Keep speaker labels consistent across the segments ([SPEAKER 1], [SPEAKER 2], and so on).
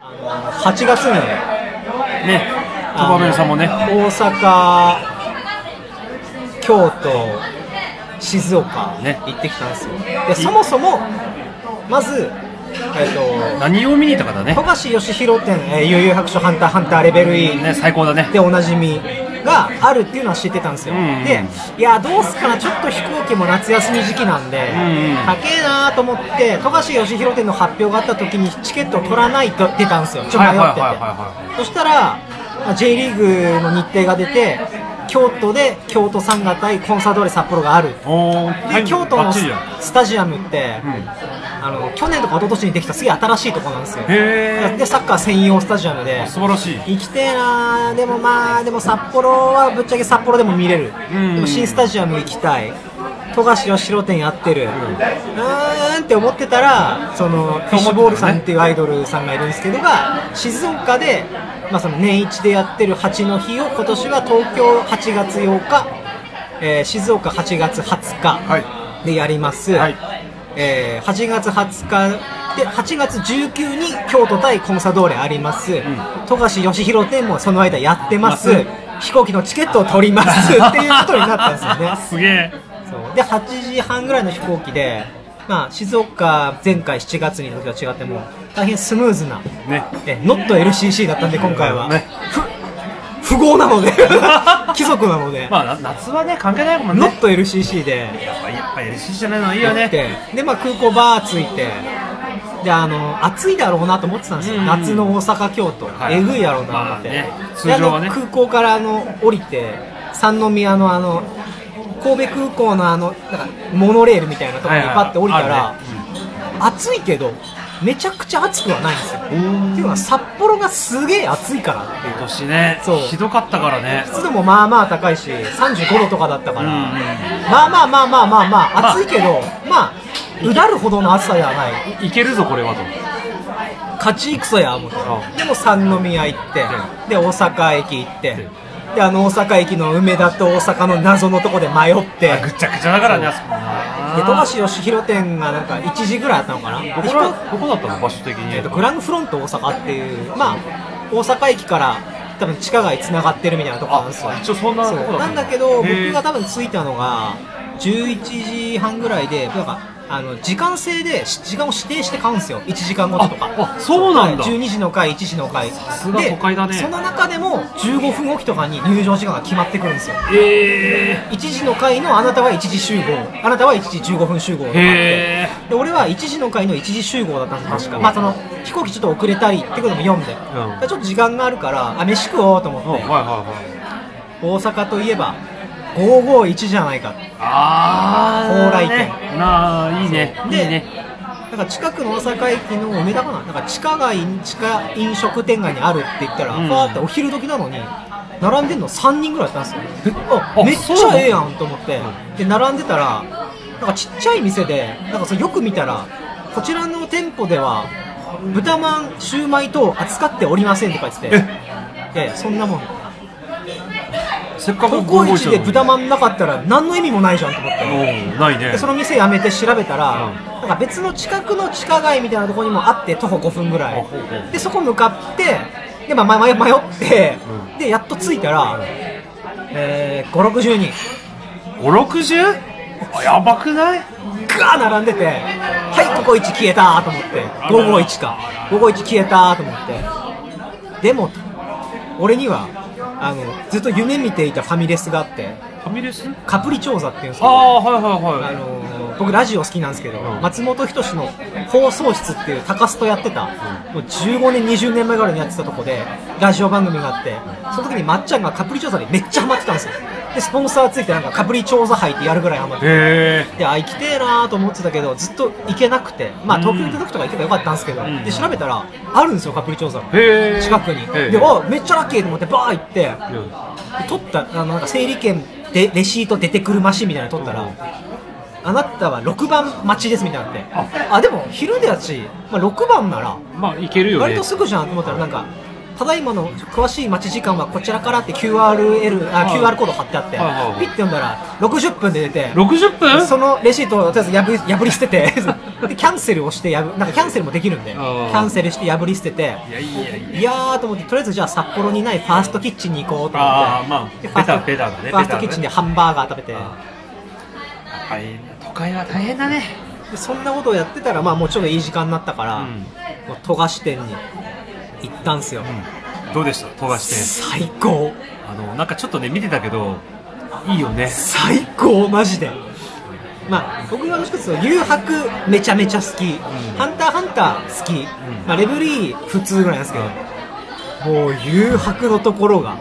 [SPEAKER 1] あの8月に
[SPEAKER 2] ね、トバメンさんもね、
[SPEAKER 1] 大阪京都静岡
[SPEAKER 2] ね
[SPEAKER 1] 行ってきたんですよ、でそもそもまず、えっと
[SPEAKER 2] 何を見に行ったかだね
[SPEAKER 1] 富。樫義弘展「えー悠々白書ハンターハンターレベル E」
[SPEAKER 2] ね、最高だね。
[SPEAKER 1] でおなじみがあるっていうのは知ってたんですよ、
[SPEAKER 2] うんうん
[SPEAKER 1] でいやどうすっかなちょっと飛行機も夏休み時期なんで、
[SPEAKER 2] んうん
[SPEAKER 1] 高えなと思って富樫義弘展の発表があった時にチケットを取らないと出たんですよちょっと迷ってて、
[SPEAKER 2] はいはいはいはい
[SPEAKER 1] そしたらまあ J リーグの日程が出て京都で京都サンガ対コンサートレ札幌がある
[SPEAKER 2] お
[SPEAKER 1] で、
[SPEAKER 2] ー、
[SPEAKER 1] 京都の
[SPEAKER 2] バッチ
[SPEAKER 1] ス
[SPEAKER 2] リじゃん
[SPEAKER 1] スタジアムって、
[SPEAKER 2] うん
[SPEAKER 1] あの去年とか一昨年にできたすげえ新しいとこなんですよ
[SPEAKER 2] へ
[SPEAKER 1] でサッカー専用スタジアムで
[SPEAKER 2] ー、素晴らしい。
[SPEAKER 1] 行きてえなーでもまあでも札幌はぶっちゃけ札幌でも見れる、
[SPEAKER 2] うん
[SPEAKER 1] でも新スタジアム行きたい富樫義郎店やってる、うーんって思ってたらそのフィッシュボールさんっていうアイドルさんがいるんですけどが静岡で、まあ、その年一でやってる八の日を今年は東京8月8日、えー静岡8月20日、
[SPEAKER 2] はい。
[SPEAKER 1] でやります、
[SPEAKER 2] はい
[SPEAKER 1] えー8月20日で8月19に京都対コンサドーレあります、富樫義弘店もその間やってます、
[SPEAKER 2] ます
[SPEAKER 1] 飛行機のチケットを取ります っていうことになったんですよね
[SPEAKER 2] あ、 すげえ。
[SPEAKER 1] そうで8時半ぐらいの飛行機で、まあ、静岡前回7月にの時とは違っても大変スムーズな
[SPEAKER 2] ね。
[SPEAKER 1] えノット LCC だったんで今回は、
[SPEAKER 2] ね
[SPEAKER 1] 不不合なの で貴族なので、
[SPEAKER 2] まあ、な夏はね、関係ないもん
[SPEAKER 1] ノ
[SPEAKER 2] ね
[SPEAKER 1] ッ。ト LCC で
[SPEAKER 2] やっぱ、やっぱ LC じゃないのいいよ
[SPEAKER 1] 行っ
[SPEAKER 2] ね。
[SPEAKER 1] てで、まあ、空港バーついてであの暑いだろうなと思ってたんですよ、
[SPEAKER 2] うん
[SPEAKER 1] 夏の大阪京都、
[SPEAKER 2] はい
[SPEAKER 1] えぐいだろうなと思って、
[SPEAKER 2] まあね通
[SPEAKER 1] であの
[SPEAKER 2] 常はね
[SPEAKER 1] 空港からあの降りて三宮のあの神戸空港のあのなんかモノレールみたいなところに
[SPEAKER 2] はいはい
[SPEAKER 1] パッて降りたら、
[SPEAKER 2] ある
[SPEAKER 1] 暑いけどめちゃくちゃ暑くはないんですよって
[SPEAKER 2] うん。
[SPEAKER 1] いうのは札幌がすげえ暑いからっていう
[SPEAKER 2] 今年ね
[SPEAKER 1] そう、
[SPEAKER 2] ひどかったからね。
[SPEAKER 1] 湿度もまあまあ高いし35度とかだったから、
[SPEAKER 2] うんうん
[SPEAKER 1] まあまあまあまあまあまあ暑いけどまあうだるほどの暑さではない
[SPEAKER 2] いけるぞ、これはと。
[SPEAKER 1] 勝ち戦や思って
[SPEAKER 2] う
[SPEAKER 1] でも三宮行ってで大阪駅行ってであの大阪駅の梅田と大阪の謎のとこで迷って
[SPEAKER 2] あ、ぐっちゃぐちゃだからね、あそこも
[SPEAKER 1] で富
[SPEAKER 2] な。
[SPEAKER 1] 樫義弘店がなんか1時ぐらいあったのかな
[SPEAKER 2] どこら、どこだったの場所的に。
[SPEAKER 1] えっとグランフロント大阪っていうまあ大阪駅から多分地下街つながってるみたいなとこなんですよ
[SPEAKER 2] あ一応そんなとこだった
[SPEAKER 1] そ
[SPEAKER 2] ん
[SPEAKER 1] う
[SPEAKER 2] だ
[SPEAKER 1] なんだけど
[SPEAKER 2] へー
[SPEAKER 1] 僕が多分着いたのが11時半ぐらいでなんかあの時間制でし時間を指定して買うんですよ1時間ごととか
[SPEAKER 2] ああそうなんだ
[SPEAKER 1] はい12時の回1時の回
[SPEAKER 2] すが都会だ
[SPEAKER 1] で
[SPEAKER 2] ね
[SPEAKER 1] その中でも15分おきとかに入場時間が決まってくるんですよ
[SPEAKER 2] え
[SPEAKER 1] 1時の回のあなたは1時集合あなたは1時15分集合とかあっ
[SPEAKER 2] ー。
[SPEAKER 1] て
[SPEAKER 2] へ
[SPEAKER 1] で俺は1時の回の1時集合だったんです確か、まあ、その飛行機ちょっと遅れたりってことも読んで、
[SPEAKER 2] ん
[SPEAKER 1] でちょっと時間があるからあ飯食おうと思
[SPEAKER 2] ー。うん、は
[SPEAKER 1] っ
[SPEAKER 2] い
[SPEAKER 1] て、
[SPEAKER 2] はいはい。
[SPEAKER 1] 大阪といえば551じゃないか
[SPEAKER 2] あー。
[SPEAKER 1] 高麗店
[SPEAKER 2] なあ、いいね。いい
[SPEAKER 1] で
[SPEAKER 2] ね。
[SPEAKER 1] なんか近くの大阪駅の梅田かななんか地下街地下飲食店街にあるって言ったら、
[SPEAKER 2] うん
[SPEAKER 1] ファーってお昼時なのに並んでんの3人ぐらいだったんですよあ
[SPEAKER 2] あ
[SPEAKER 1] めっち
[SPEAKER 2] そうな
[SPEAKER 1] ゃ
[SPEAKER 2] の
[SPEAKER 1] ええやんと思って、で並んでたらなんかちっちゃい店でなんかそれよく見たらこちらの店舗では豚まんシューマイ等扱っておりませんって書いてていやいやそんなもん
[SPEAKER 2] せっかく
[SPEAKER 1] 高校一で豚ま
[SPEAKER 2] も。
[SPEAKER 1] んなかったら何の意味もないじゃんと思って
[SPEAKER 2] うん、ないね
[SPEAKER 1] で。その店辞めて調べたら、
[SPEAKER 2] うん
[SPEAKER 1] なんか別の近くの地下街みたいなところにもあって徒歩5分ぐら
[SPEAKER 2] あ
[SPEAKER 1] い
[SPEAKER 2] ほうほう
[SPEAKER 1] でそこ向かってで、まあ、迷迷って、
[SPEAKER 2] う
[SPEAKER 1] でやっと着いたら、えー、560人
[SPEAKER 2] 五六十？あやばくない？
[SPEAKER 1] ガー並んでてはいここ1消えたと思って551か551消えたと思ってでも俺にはあのずっと夢見ていたファミレスがあって
[SPEAKER 2] ファミレス？
[SPEAKER 1] カプリ調査っていうんですけ
[SPEAKER 2] あ
[SPEAKER 1] ど
[SPEAKER 2] あはいは
[SPEAKER 1] あ
[SPEAKER 2] いはい。
[SPEAKER 1] のー僕ラジオ好きなんですけど、
[SPEAKER 2] うん
[SPEAKER 1] 松本人志の放送室っていう高須とやってた、もう15年20年前ぐらいにやってたとこでラジオ番組があってその時にまっちゃんがカプリ調査にめっちゃハマってたんですよでスポンサーついてなんかカプリ調査杯ってやるぐらいハマって
[SPEAKER 2] へえ。
[SPEAKER 1] であ行きてえなーと思ってたけどずっと行けなくてまあ東京行った時とか行けばよかったんですけど、
[SPEAKER 2] ん
[SPEAKER 1] で調べたらあるんですよカプリ調査が
[SPEAKER 2] へえ。
[SPEAKER 1] 近くに
[SPEAKER 2] へえ
[SPEAKER 1] であめっちゃラッキーと思ってバー行って
[SPEAKER 2] うん
[SPEAKER 1] 取ったあのなんか整理券でレシート出てくるマシンみたいなの取ったら、
[SPEAKER 2] うん
[SPEAKER 1] あなたは6番待ちですみたいなのあって
[SPEAKER 2] あ
[SPEAKER 1] あでも昼でやし、まあ、6番なら
[SPEAKER 2] まあいけるよね。
[SPEAKER 1] 割とすぐじゃんと思ったらなんかただいまの詳しい待ち時間はこちらからって QRL、あ、
[SPEAKER 2] はい
[SPEAKER 1] QR コード貼ってあって、
[SPEAKER 2] はいはい
[SPEAKER 1] ピッて読んだら、60分で出て、
[SPEAKER 2] 60分
[SPEAKER 1] そのレシートをとりあえず破り破り捨て てで、キャンセルをしてやぶ、なんかキャンセルもできるんで、キ
[SPEAKER 2] ー
[SPEAKER 1] ャンセルして破り捨てて、
[SPEAKER 2] いやいやいや
[SPEAKER 1] いやーと思って、とりあえずじゃあ札幌にないファーストキッチンに行こうと思って、
[SPEAKER 2] あーまあ
[SPEAKER 1] でファースト
[SPEAKER 2] ベタベタだね
[SPEAKER 1] ファーストキッチンでハンバーガー食べて、
[SPEAKER 2] 大変都会は大変だね
[SPEAKER 1] でそんなことをやってたら、まあ、もうちょっといい時間になったから、
[SPEAKER 2] うん
[SPEAKER 1] もう富樫店に行ったんすよ、
[SPEAKER 2] どうでした富樫店
[SPEAKER 1] 最高
[SPEAKER 2] あのなんかちょっとね見てたけどいいよね
[SPEAKER 1] 最高マジでまあ僕はどっちかというと誘白めちゃめちゃ好き、ハンターハンター好き、まあ、レブリー普通ぐらいなんですけど、もう誘白のところが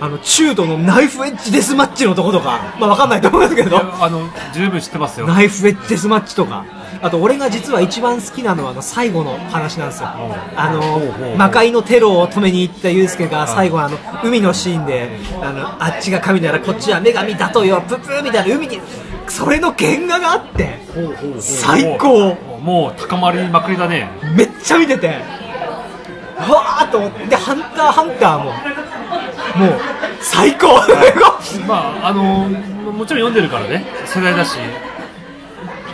[SPEAKER 1] あの中途のナイフエッジデスマッチのとことかまあわかんないと思いますけ
[SPEAKER 2] い
[SPEAKER 1] ど
[SPEAKER 2] やあの十分知ってます よ
[SPEAKER 1] ナイフエッジデスマッチとか、あと俺が実は一番好きなのはあの最後の話なんですよ。あ
[SPEAKER 2] ほうほうほ
[SPEAKER 1] の、
[SPEAKER 2] う
[SPEAKER 1] 魔界のテロを止めに行ったユースケが最後のあの、海のシーンで、あの、あっちが神ならこっちは女神だとよ、プープーみたいな海に、それの原画があって、最高
[SPEAKER 2] もう高まりまくりだね
[SPEAKER 1] めっちゃ見てて、うわーっと思って、で、ハンターハンターも、もう、最高
[SPEAKER 2] まああのもちろん読んでるからね世代だし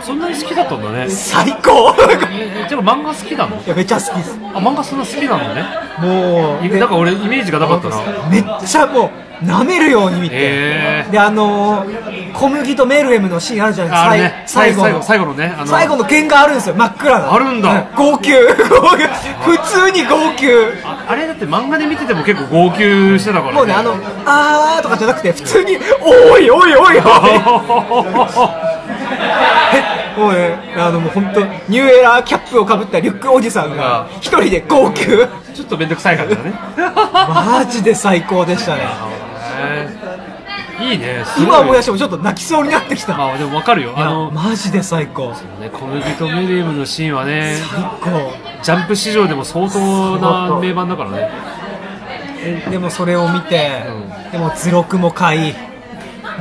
[SPEAKER 2] そんなに好きだったんだね
[SPEAKER 1] 最高
[SPEAKER 2] えでも漫画好きなの
[SPEAKER 1] いや、めっちゃ好きです。
[SPEAKER 2] あ漫画そんな好きなのね
[SPEAKER 1] もう、
[SPEAKER 2] いなんか俺イメージがなかったな
[SPEAKER 1] めっちゃもう舐めるように見て、
[SPEAKER 2] へー
[SPEAKER 1] であのー小麦とメルエムのシーンあるじゃ
[SPEAKER 2] あ
[SPEAKER 1] な
[SPEAKER 2] れ
[SPEAKER 1] いで
[SPEAKER 2] ね
[SPEAKER 1] すか、さい最
[SPEAKER 2] 最
[SPEAKER 1] 後の
[SPEAKER 2] 後
[SPEAKER 1] 最
[SPEAKER 2] 最
[SPEAKER 1] 後
[SPEAKER 2] 後のねあ
[SPEAKER 1] の
[SPEAKER 2] の
[SPEAKER 1] 剣があるんですよ真っ暗な
[SPEAKER 2] あるんだ
[SPEAKER 1] うん号泣号泣普通に号泣
[SPEAKER 2] ああれだって漫画で見てても結構号泣してたから、
[SPEAKER 1] もうねあの「あー」とかじゃなくて普通に「おいおいおいおい」えもうねあのもう本当ニューエラーキャップをかぶったリュックおじさんが一人で号泣
[SPEAKER 2] ちょっと面倒くさい感じだね
[SPEAKER 1] マジで最高でしたね
[SPEAKER 2] へーいいねすごい
[SPEAKER 1] 今思い出してもちょっと泣きそうになってきた
[SPEAKER 2] まあでも分かるよあの、
[SPEAKER 1] マジで最高
[SPEAKER 2] ね、小麦とメリウムのシーンはね
[SPEAKER 1] 最高
[SPEAKER 2] ジャンプ史上でも相当
[SPEAKER 1] 相当
[SPEAKER 2] な名盤だからね
[SPEAKER 1] でもそれを見て、
[SPEAKER 2] う
[SPEAKER 1] でも図録も買い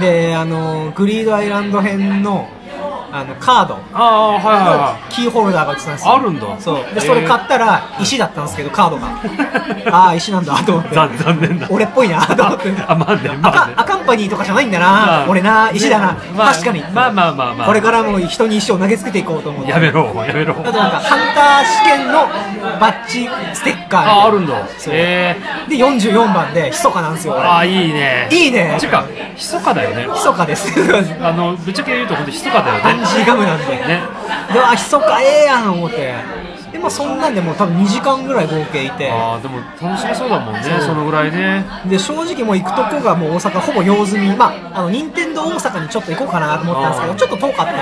[SPEAKER 1] であのグリードアイランド編のあのカード
[SPEAKER 2] ああはいはいは
[SPEAKER 1] キーホルダーが売ってたんですよ
[SPEAKER 2] あるんだ
[SPEAKER 1] そう
[SPEAKER 2] へ
[SPEAKER 1] で
[SPEAKER 2] え
[SPEAKER 1] それ買ったら石だったんですけどカード が ああ石なんだと思っ
[SPEAKER 2] い
[SPEAKER 1] て
[SPEAKER 2] 残残念だ
[SPEAKER 1] 俺っぽい なと思って
[SPEAKER 2] あまあねまあね
[SPEAKER 1] 赤アカンパニーとかじゃないんだな、
[SPEAKER 2] まあ
[SPEAKER 1] 俺な石だな、
[SPEAKER 2] ねまあ
[SPEAKER 1] 確かに、
[SPEAKER 2] まあまあまあまあ
[SPEAKER 1] これからも人に石を投げつけていこうと思って
[SPEAKER 2] やめろやめろ
[SPEAKER 1] あとなんかハンター試験のバッジステッカーみたいな
[SPEAKER 2] ああるんだ
[SPEAKER 1] そう
[SPEAKER 2] へえ
[SPEAKER 1] で44番で密かなんですよ
[SPEAKER 2] あ
[SPEAKER 1] 俺
[SPEAKER 2] あいいね
[SPEAKER 1] いいね
[SPEAKER 2] てか密かだよね
[SPEAKER 1] 密かです
[SPEAKER 2] あのぶっちゃけ言うと本当密かだ
[SPEAKER 1] ア
[SPEAKER 2] よ
[SPEAKER 1] ン
[SPEAKER 2] ね
[SPEAKER 1] ジーガムなんでで
[SPEAKER 2] ね
[SPEAKER 1] あ密かええやん思ってでまあそんなんでもう多分2時間ぐらい合計いて
[SPEAKER 2] ああでも楽しめそうだもんねそのぐらいね
[SPEAKER 1] で正直もう行くとこがもう大阪ほぼ用済みまああの任天堂大阪にちょっと行こうかなと思ったんですけど
[SPEAKER 2] あー
[SPEAKER 1] ちょっと遠かったんで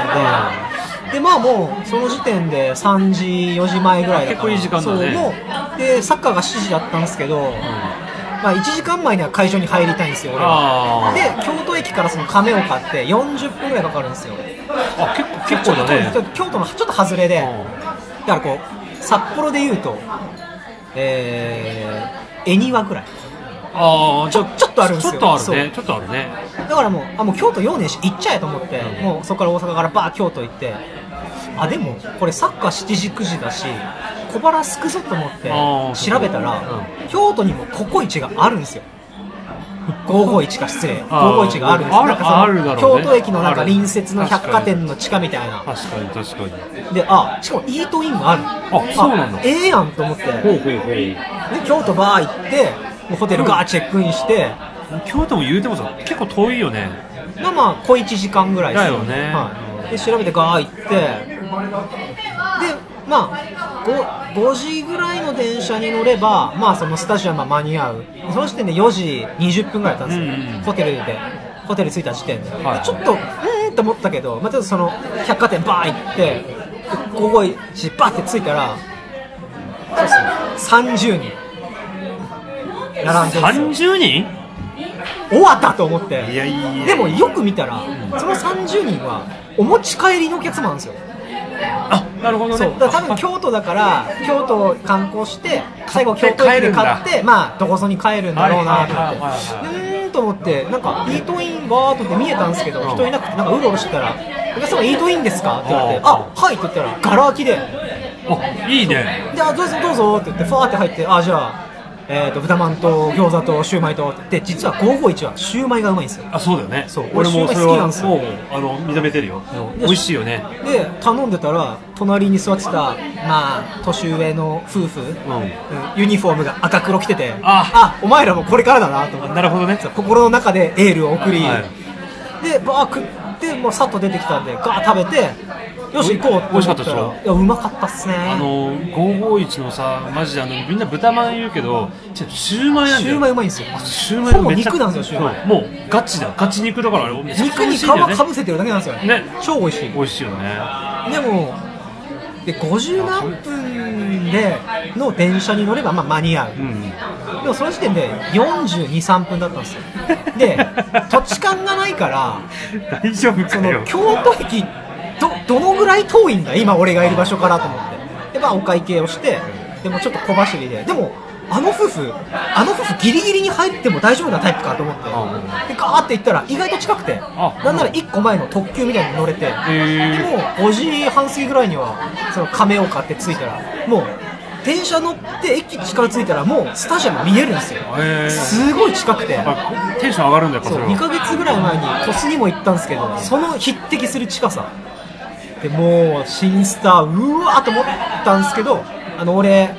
[SPEAKER 1] でまあもうその時点で3時4時前ぐらいだから
[SPEAKER 2] 結構いい時間だね
[SPEAKER 1] そうもうでサッカーが7時だったんですけど、まあ1時間前には会場に入りたいんですよ俺は
[SPEAKER 2] あ
[SPEAKER 1] で京都駅からその亀を買って40分ぐらいかかるんですよ
[SPEAKER 2] ああ結構結構だ
[SPEAKER 1] ちょ
[SPEAKER 2] ね
[SPEAKER 1] っと京都のちょっと外れで
[SPEAKER 2] う
[SPEAKER 1] だからこう札幌でいうとえー、恵庭ぐらい
[SPEAKER 2] ああ
[SPEAKER 1] ちょちょっとあるんですよ
[SPEAKER 2] ちょっとあるねちょっとあるね
[SPEAKER 1] だからもうあもう京都4年し行っちゃえと思って、もうそこから大阪からバー京都行ってあでもこれサッカー7時9時だし小腹すくぞと思って
[SPEAKER 2] あー
[SPEAKER 1] 調べたら、京都にもココイチがあるんですよ551か失礼
[SPEAKER 2] あー
[SPEAKER 1] 551があるんです
[SPEAKER 2] ある
[SPEAKER 1] なんかその
[SPEAKER 2] あるだろうね
[SPEAKER 1] 京都駅のなんか
[SPEAKER 2] ある
[SPEAKER 1] 隣接の百貨店の地下みたいな
[SPEAKER 2] 確かに確かに
[SPEAKER 1] であしかもイートインもある
[SPEAKER 2] あそうなんだ
[SPEAKER 1] ええやんと思って
[SPEAKER 2] ほう
[SPEAKER 1] で
[SPEAKER 2] ほうほう
[SPEAKER 1] 京都バー行ってもうホテルガーチェックインして、
[SPEAKER 2] 京都も言うてもさ結構遠いよね
[SPEAKER 1] まあまあ小1時間ぐらいです
[SPEAKER 2] だよね
[SPEAKER 1] はい、で調べてガー行ってでまあ 5, 5時ぐらいの電車に乗ればまあそのスタジアムは間に合うその時点で4時20分ぐらいだったんですよ、
[SPEAKER 2] うんうん
[SPEAKER 1] ホテルでホテル着いた時点で,で、
[SPEAKER 2] はい
[SPEAKER 1] ちょっとうーんと思ったけど、まあ、ちょっとその百貨店バー行ってで午後1バーって着いたらそうですね30人並んでるんですよ
[SPEAKER 2] 30人
[SPEAKER 1] 終わったと思って
[SPEAKER 2] いやいやいや
[SPEAKER 1] でもよく見たらその30人はお持ち帰りのお客様なんですよ、
[SPEAKER 2] あなるほどね
[SPEAKER 1] そうだから多分京都だから京都を観光して最後京都
[SPEAKER 2] 帰
[SPEAKER 1] 駅
[SPEAKER 2] る
[SPEAKER 1] で
[SPEAKER 2] んだ
[SPEAKER 1] 買ってまあどこそに帰るんだろうなと思って
[SPEAKER 2] はいはいは
[SPEAKER 1] うーんと思ってなんかイートインバーっと思って見えたんですけど
[SPEAKER 2] うん
[SPEAKER 1] 人いなくてなんかうろうろしてたら「お客様イートインですか?」って言われて「
[SPEAKER 2] うん
[SPEAKER 1] あはい」って言ったらガラ空きで
[SPEAKER 2] あいいね
[SPEAKER 1] で、あ、どうぞどうぞって言って、ファーって入って、あ、じゃあ、えー、と豚まんと餃子とシューマイとで実は551はシューマイがうまいんですよ
[SPEAKER 2] あそうだよね
[SPEAKER 1] そう
[SPEAKER 2] 俺もそれ
[SPEAKER 1] 俺
[SPEAKER 2] は
[SPEAKER 1] シュー
[SPEAKER 2] もうあの認めてるよ
[SPEAKER 1] うん
[SPEAKER 2] 美味しいよね
[SPEAKER 1] で頼んでたら隣に座ってたまあ年上の夫婦、うんユニフォームが赤黒着てて
[SPEAKER 2] あ
[SPEAKER 1] お前らもこれからだなと思って
[SPEAKER 2] なるほどね
[SPEAKER 1] 心の中でエールを送り、
[SPEAKER 2] はい
[SPEAKER 1] でバー食ってもうさっと出てきたんでガー食べてよし行こう
[SPEAKER 2] 美味しかっ
[SPEAKER 1] と
[SPEAKER 2] た
[SPEAKER 1] 思
[SPEAKER 2] でし
[SPEAKER 1] い
[SPEAKER 2] ょ
[SPEAKER 1] やうまかったっすね
[SPEAKER 2] あの551のさマジであのみんな豚まん言うけど違うシューマイなん
[SPEAKER 1] シ
[SPEAKER 2] だ
[SPEAKER 1] ュ
[SPEAKER 2] よ
[SPEAKER 1] ーマイうまいんですよ
[SPEAKER 2] シューマイがめっちゃ
[SPEAKER 1] ほぼ肉なんですよシューマイ
[SPEAKER 2] そうもうガチだガチ肉だからあれめちゃくち
[SPEAKER 1] 肉
[SPEAKER 2] ゃ美
[SPEAKER 1] に
[SPEAKER 2] 味しいんだよ
[SPEAKER 1] 皮か
[SPEAKER 2] ね
[SPEAKER 1] ぶせてるだけなんですよ
[SPEAKER 2] ね
[SPEAKER 1] 超美味しい
[SPEAKER 2] 美味しいよね
[SPEAKER 1] でもで50何分での電車に乗ればまあ間に合う、
[SPEAKER 2] うん
[SPEAKER 1] でもその時点で4 2 3分だったんですよで土地勘がないから
[SPEAKER 2] 大丈夫
[SPEAKER 1] そ
[SPEAKER 2] か
[SPEAKER 1] の
[SPEAKER 2] よ
[SPEAKER 1] 京都駅どどのぐらい遠いんだ今俺がいる場所からと思ってでまあお会計をしてでもちょっと小走りででもあの夫婦あの夫婦ギリギリに入っても大丈夫なタイプかと思って
[SPEAKER 2] あ
[SPEAKER 1] でガーって行ったら意外と近くて
[SPEAKER 2] あ
[SPEAKER 1] なんなら1個前の特急みたいに乗れてで
[SPEAKER 2] え
[SPEAKER 1] も5時半過ぎぐらいにはその亀を買って着いたらもう電車乗って駅近づいたらもうスタジアム見えるんですよ
[SPEAKER 2] ー、えー、
[SPEAKER 1] すごい近くて
[SPEAKER 2] やっぱテンション上がるんだよやっ
[SPEAKER 1] そ
[SPEAKER 2] ぱ
[SPEAKER 1] う
[SPEAKER 2] それ
[SPEAKER 1] 2
[SPEAKER 2] は
[SPEAKER 1] ヶ月ぐらい前に鳥栖にも行ったんですけどその匹敵する近さでもう新スターうわーと思ったんですけどあの俺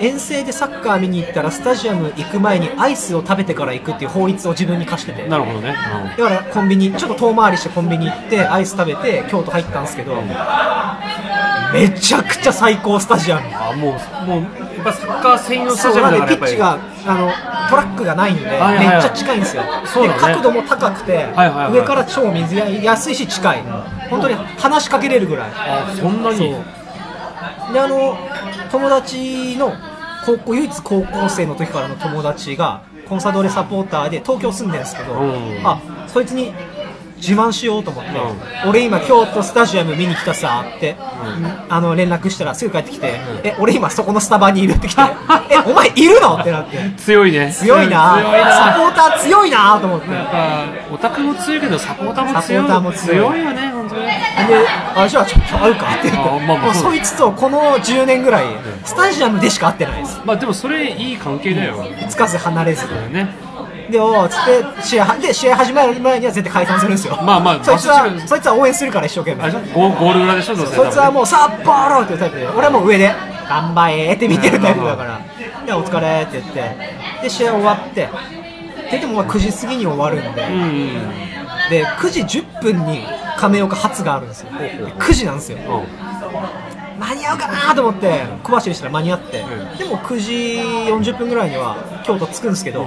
[SPEAKER 1] 遠征でサッカー見に行ったらスタジアム行く前にアイスを食べてから行くっていう法律を自分に課してて
[SPEAKER 2] なるほどね、うん
[SPEAKER 1] だからコンビニちょっと遠回りしてコンビニ行ってアイス食べて京都入ったんですけどめちゃくちゃ最高スタジアム
[SPEAKER 2] あもう、もう、やっぱサッカー専用
[SPEAKER 1] そ
[SPEAKER 2] スタ
[SPEAKER 1] う
[SPEAKER 2] ジアム
[SPEAKER 1] な
[SPEAKER 2] だ
[SPEAKER 1] んでピ
[SPEAKER 2] から、やっ
[SPEAKER 1] ッ
[SPEAKER 2] ぱ
[SPEAKER 1] チ
[SPEAKER 2] り。
[SPEAKER 1] があのトラックがないんで、
[SPEAKER 2] はいはい
[SPEAKER 1] めっちゃ近いんですよ、
[SPEAKER 2] そうだ
[SPEAKER 1] で
[SPEAKER 2] ね
[SPEAKER 1] 角度も高くて、
[SPEAKER 2] はいはいはい
[SPEAKER 1] 上から超水や安いし近い、本当に話しかけれるぐらい、
[SPEAKER 2] あそんなに
[SPEAKER 1] そうであの友達の高校唯一高校生の時からの友達がコンサドーレサポーターで東京住んでるんですけど、
[SPEAKER 2] うん
[SPEAKER 1] あそいつに自慢しようと思って、
[SPEAKER 2] う
[SPEAKER 1] 俺今京都スタジアム見に来たさって、あの連絡したらすぐ帰ってきて、え俺今そこのスタバにいる って来てえお前いるのってなって
[SPEAKER 2] 強いね。
[SPEAKER 1] 強いな
[SPEAKER 2] 強い
[SPEAKER 1] サ
[SPEAKER 2] な。
[SPEAKER 1] ポーター強いなと思って
[SPEAKER 2] やっぱ、オタクも強いけど、サポーターも強い。
[SPEAKER 1] サポーターも強い
[SPEAKER 2] よね、本当に。
[SPEAKER 1] で、あじゃあちょっと会うかって言って、
[SPEAKER 2] あまあまあ
[SPEAKER 1] もう
[SPEAKER 2] そう
[SPEAKER 1] そいつとこの10年ぐらい、スタジアムでしか会ってないです。
[SPEAKER 2] まあ、でも、それいい関係だよ。
[SPEAKER 1] つかず離れず。
[SPEAKER 2] ね。
[SPEAKER 1] で、おーっつって、試合は、で、試合始まる前には絶対解散するんですよ。
[SPEAKER 2] まあまあ
[SPEAKER 1] そいつ
[SPEAKER 2] まあ
[SPEAKER 1] は、そいつは応援するから一生懸
[SPEAKER 2] あれ
[SPEAKER 1] 命。
[SPEAKER 2] でしょゴゴール裏でしょ、どうせ。
[SPEAKER 1] そいつはもう、札幌っていうタイプで、俺はもう上で、頑張れーって見てるタイプだから。で、お疲れーって言って、で、試合終わって、で、でもまあ9時過ぎに終わるんで、
[SPEAKER 2] 多分うんうん。
[SPEAKER 1] で、9時10分に亀岡発があるんですよ。で9時なんですよ。
[SPEAKER 2] うん
[SPEAKER 1] 間に合うかなと思って小走りしたら間に合って、
[SPEAKER 2] うん
[SPEAKER 1] でも9時40分ぐらいには京都着くんですけど、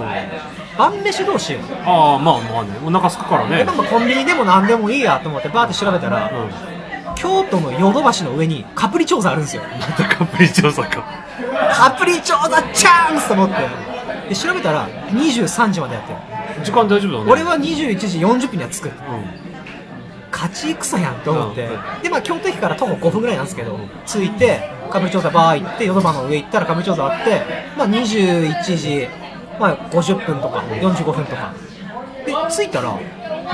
[SPEAKER 1] 晩飯どうしよう
[SPEAKER 2] ああ、まあ、まあね、お腹空くから
[SPEAKER 1] で
[SPEAKER 2] ね。
[SPEAKER 1] まあコンビニでも何でもいいやと思ってバーって調べたら、
[SPEAKER 2] うん。
[SPEAKER 1] 京都のヨドバシの上にカプリチョーザあるんですよ
[SPEAKER 2] またカプリ調査か。
[SPEAKER 1] カプリチョーザチャンスと思ってで調べたら23時までやってる
[SPEAKER 2] 時間大丈夫だね。
[SPEAKER 1] 俺は21時40分には着く
[SPEAKER 2] うん。
[SPEAKER 1] 勝ち戦やんと思って、
[SPEAKER 2] う
[SPEAKER 1] でまあ京都駅から徒歩5分ぐらいなんですけど、着いて歌舞伎町座バー行って淀川の上行ったら歌舞伎町座あって、まあ、21時、まあ、50分とか45分とかで着いたら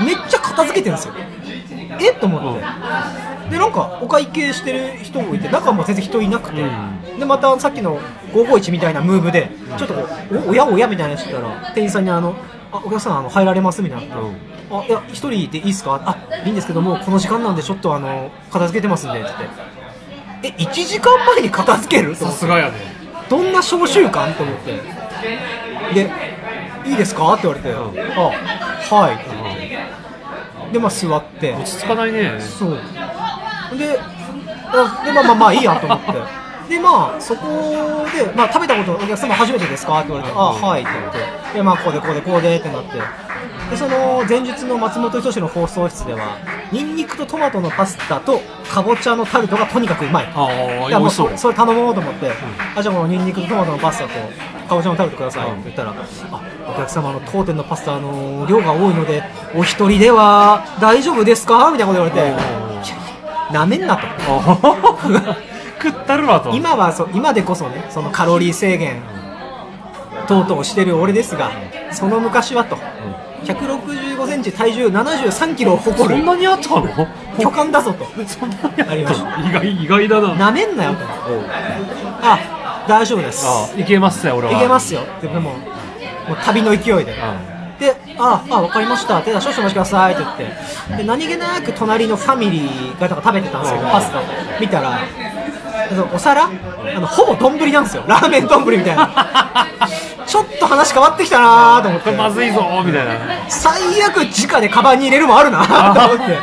[SPEAKER 1] めっちゃ片付けてるんですよえっと思って、でなんかお会計してる人もいて中も全然人いなくて、
[SPEAKER 2] う
[SPEAKER 1] でまたさっきの551みたいなムーブでちょっとこうおおやおやみたいなのしてたら店員さんにあのあお客さんあの入られますみたいになって
[SPEAKER 2] うん。
[SPEAKER 1] あいや一人でいいですかあいいんですけどもうこの時間なんでちょっとあの片付けてますんでって言ってえ1時間前に片付けると
[SPEAKER 2] さ
[SPEAKER 1] 思っ
[SPEAKER 2] す
[SPEAKER 1] て
[SPEAKER 2] がやね。
[SPEAKER 1] どんな召集感と思ってで「いいですか?」って言われて「
[SPEAKER 2] ん
[SPEAKER 1] あはい」って言ってでまあ座って
[SPEAKER 2] 落ち着かないね。
[SPEAKER 1] そうであでまあまあまあいいやと思ってでまあそこで、まあ、食べたことお客様初めてですかって言われて「あはい」って言ってでまあこうでこうでこうでってなってでその前日の松本人志の放送室ではニンニクとトマトのパスタとかぼちゃのタルトがとにかくうまい
[SPEAKER 2] ああ、
[SPEAKER 1] い
[SPEAKER 2] 美
[SPEAKER 1] やも
[SPEAKER 2] 味
[SPEAKER 1] う
[SPEAKER 2] しそ。
[SPEAKER 1] そうそれ頼もうと思って、あじゃあこのニンニクとトマトのパスタとかぼちゃのタルトくださいって言ったら、あお客様あの当店のパスタあの量が多いのでお一人では大丈夫ですかみたいなこと言われて
[SPEAKER 2] おー
[SPEAKER 1] なめんなと
[SPEAKER 2] あ食ったるわと。
[SPEAKER 1] 今はそう今でこそねそのカロリー制限等々してる俺ですがその昔はと165センチ体重73キロを誇
[SPEAKER 2] そん
[SPEAKER 1] る
[SPEAKER 2] なにあったの
[SPEAKER 1] 巨漢だぞと
[SPEAKER 2] そんなにあった
[SPEAKER 1] ありまし
[SPEAKER 2] 意外、意外だな。
[SPEAKER 1] なめんなよとあ大丈夫です
[SPEAKER 2] あいけますね俺はい
[SPEAKER 1] けますよでももう旅の勢いで、で「ああ分かりました」って「少々お待ちください」って言ってで何気なく隣のファミリーがなんか食べてたんですけど、
[SPEAKER 2] うん
[SPEAKER 1] パスタを見たらそのお皿あのほぼ丼なんですよラーメン丼みたい なちょっと話変わってきたなーと思っ
[SPEAKER 2] これま
[SPEAKER 1] て
[SPEAKER 2] ずいぞーみたいな
[SPEAKER 1] 最悪直でカバンに入れるもあるなーと思ってで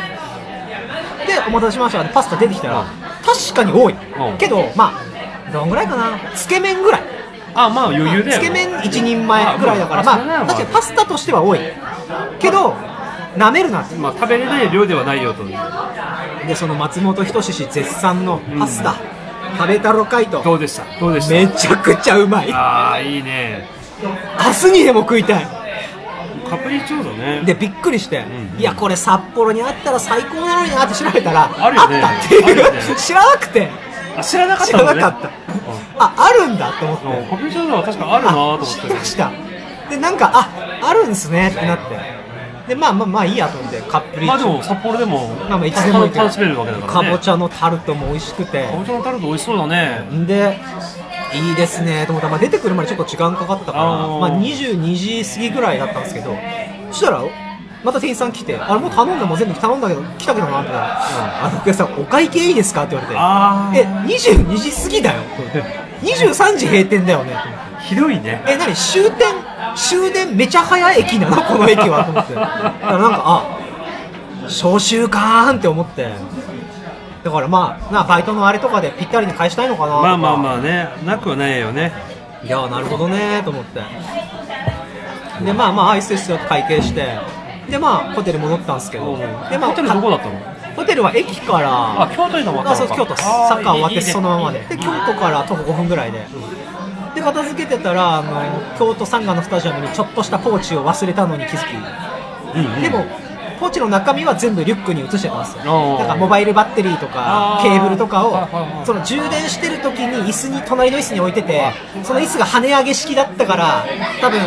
[SPEAKER 1] お待たせしましたでパスタ出てきたら、
[SPEAKER 2] うん
[SPEAKER 1] 確かに多い、
[SPEAKER 2] ん
[SPEAKER 1] けどまあどんぐらいかなつけ麺ぐらい
[SPEAKER 2] あまあ余裕だよ
[SPEAKER 1] つけ麺一人前ぐらいだから
[SPEAKER 2] あまあそれな
[SPEAKER 1] まあ
[SPEAKER 2] ら
[SPEAKER 1] 確かにパスタとしては多いけどなめるなって
[SPEAKER 2] まあ食べれない量ではないよと
[SPEAKER 1] でその松本人志絶賛のパスタ、食べたろかい
[SPEAKER 2] ど
[SPEAKER 1] と
[SPEAKER 2] うでしたどうでした
[SPEAKER 1] めちゃくちゃうまい明
[SPEAKER 2] ああいいね
[SPEAKER 1] 日にでも食いたい
[SPEAKER 2] カプリチョーザね
[SPEAKER 1] でびっくりして、
[SPEAKER 2] うん
[SPEAKER 1] いやこれ札幌にあったら最高なのになって調べたら
[SPEAKER 2] あるよね
[SPEAKER 1] ったってい
[SPEAKER 2] あるよ
[SPEAKER 1] う、
[SPEAKER 2] ね
[SPEAKER 1] 知らなくて
[SPEAKER 2] あ知らなかっ
[SPEAKER 1] 知
[SPEAKER 2] たんだ
[SPEAKER 1] ら
[SPEAKER 2] ね
[SPEAKER 1] なかった、ああるんだと思って、
[SPEAKER 2] うんうんカプリチョーザは確かあるなーと思
[SPEAKER 1] 知
[SPEAKER 2] っ
[SPEAKER 1] っててましたでなんかああるんですねってなってでまあまあまあいいやと思ってカップリ
[SPEAKER 2] まあ
[SPEAKER 1] ー
[SPEAKER 2] で
[SPEAKER 1] チョ
[SPEAKER 2] も札幌でも
[SPEAKER 1] まあまあいつでもいいけど
[SPEAKER 2] 楽しめるわけだから
[SPEAKER 1] か
[SPEAKER 2] ね
[SPEAKER 1] ぼちゃのタルトも美味しくて
[SPEAKER 2] かぼちゃのタルト美味しそうだね
[SPEAKER 1] んでいいですねと思ったら、まあ、出てくるまでちょっと時間かかったから
[SPEAKER 2] あー
[SPEAKER 1] まあ、22時過ぎぐらいだったんですけどそしたらまた店員さん来て「あれもう頼んだもう全部頼んだけど来たけどな」って言ったら「あのお客さんお会計いいですか?」って言わ
[SPEAKER 2] あ
[SPEAKER 1] れて「え
[SPEAKER 2] あ
[SPEAKER 1] 22時過ぎだよ」23時閉店だよね」と思って
[SPEAKER 2] ひどいね
[SPEAKER 1] え、何終点、終電めちゃ早い駅なのこ の駅はと思って。だからなんか、あ、招集かーんって思って。だからまあ、なバイトのあれとかでぴったりに返したいのかなとか
[SPEAKER 2] まあまあまあねなくはないよね
[SPEAKER 1] いやなるほどねーと思ってでまあまあアイスですよって会計してでまあホテル戻ったんですけど
[SPEAKER 2] うん
[SPEAKER 1] でまあ
[SPEAKER 2] ホテルどこだったの
[SPEAKER 1] ホテルは駅から
[SPEAKER 2] あ京都に泊まった
[SPEAKER 1] あ
[SPEAKER 2] の
[SPEAKER 1] そう
[SPEAKER 2] か
[SPEAKER 1] 京都
[SPEAKER 2] あー
[SPEAKER 1] サッカー終わって
[SPEAKER 2] いいね
[SPEAKER 1] そのままで
[SPEAKER 2] いいね
[SPEAKER 1] で京都から徒歩5分ぐらいでで片付けてたらあの京都サンガのスタジアムにちょっとしたポーチを忘れたのに気づき
[SPEAKER 2] うんうん
[SPEAKER 1] でもポーチの中身は全部リュックに移してたんですよ
[SPEAKER 2] おー
[SPEAKER 1] だからモバイルバッテリーとか
[SPEAKER 2] あー
[SPEAKER 1] ケーブルとか
[SPEAKER 2] はいはいは
[SPEAKER 1] を
[SPEAKER 2] い
[SPEAKER 1] その充電してる時に椅子に隣の椅子に置いててその椅子が跳ね上げ式だったから多分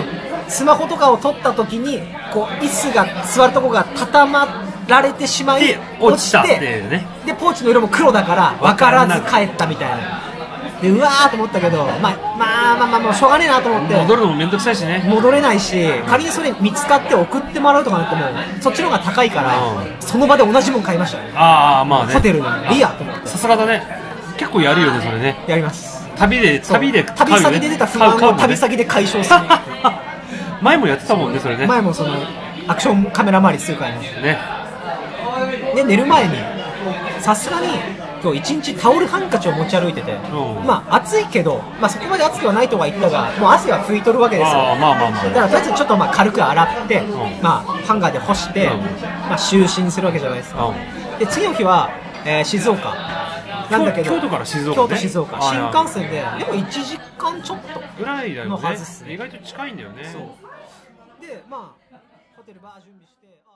[SPEAKER 1] スマホとかを取った時にこう椅子が座るとこが畳まられてしまい
[SPEAKER 2] で落ちたっていうね
[SPEAKER 1] でポーチの色も黒だから分からず帰ったみたいなでうわーと思ったけど、まあ、まあまあまあまあしょうがねえなと思って
[SPEAKER 2] 戻るのもめんどくさいしね
[SPEAKER 1] 戻れないし仮にそれ見つかって送ってもらうとかなってもそっちの方が高いから、
[SPEAKER 2] う
[SPEAKER 1] その場で同じもん買いましたね
[SPEAKER 2] ああまあね
[SPEAKER 1] ホテルのリアと思って
[SPEAKER 2] さすがだね結構やるよねそれね
[SPEAKER 1] やります
[SPEAKER 2] 旅で
[SPEAKER 1] そう
[SPEAKER 2] 旅で買う
[SPEAKER 1] 旅
[SPEAKER 2] よ
[SPEAKER 1] 先
[SPEAKER 2] ね
[SPEAKER 1] で出た不
[SPEAKER 2] 買
[SPEAKER 1] 満
[SPEAKER 2] う買う
[SPEAKER 1] を
[SPEAKER 2] もんね
[SPEAKER 1] 旅先で解消す る
[SPEAKER 2] 前もやってたもんねそれね
[SPEAKER 1] 前もそのアクションカメラ回りするからね
[SPEAKER 2] ね
[SPEAKER 1] で寝る前にさすがに今日一日タオルハンカチを持ち歩いてて、
[SPEAKER 2] ん
[SPEAKER 1] まあ暑いけど、まあ、そこまで暑くはないとは言ったがもう汗は拭いとるわけですよ
[SPEAKER 2] ああまあまあまあ
[SPEAKER 1] だからとりあえずちょっとまあ軽く洗って、
[SPEAKER 2] ん
[SPEAKER 1] まあ、ハンガーで干して、
[SPEAKER 2] うん
[SPEAKER 1] まあ、就寝するわけじゃないですか、で次の日は、えー静岡なんだけど
[SPEAKER 2] 京京都から静岡ね
[SPEAKER 1] 京都静岡
[SPEAKER 2] ああ
[SPEAKER 1] 新幹線ででも1時間ちょっと
[SPEAKER 2] うんぐらいだよ
[SPEAKER 1] のは
[SPEAKER 2] ね
[SPEAKER 1] ずっすね
[SPEAKER 2] 意外と近いんだよね
[SPEAKER 1] そうでまあホテルバー準備してあ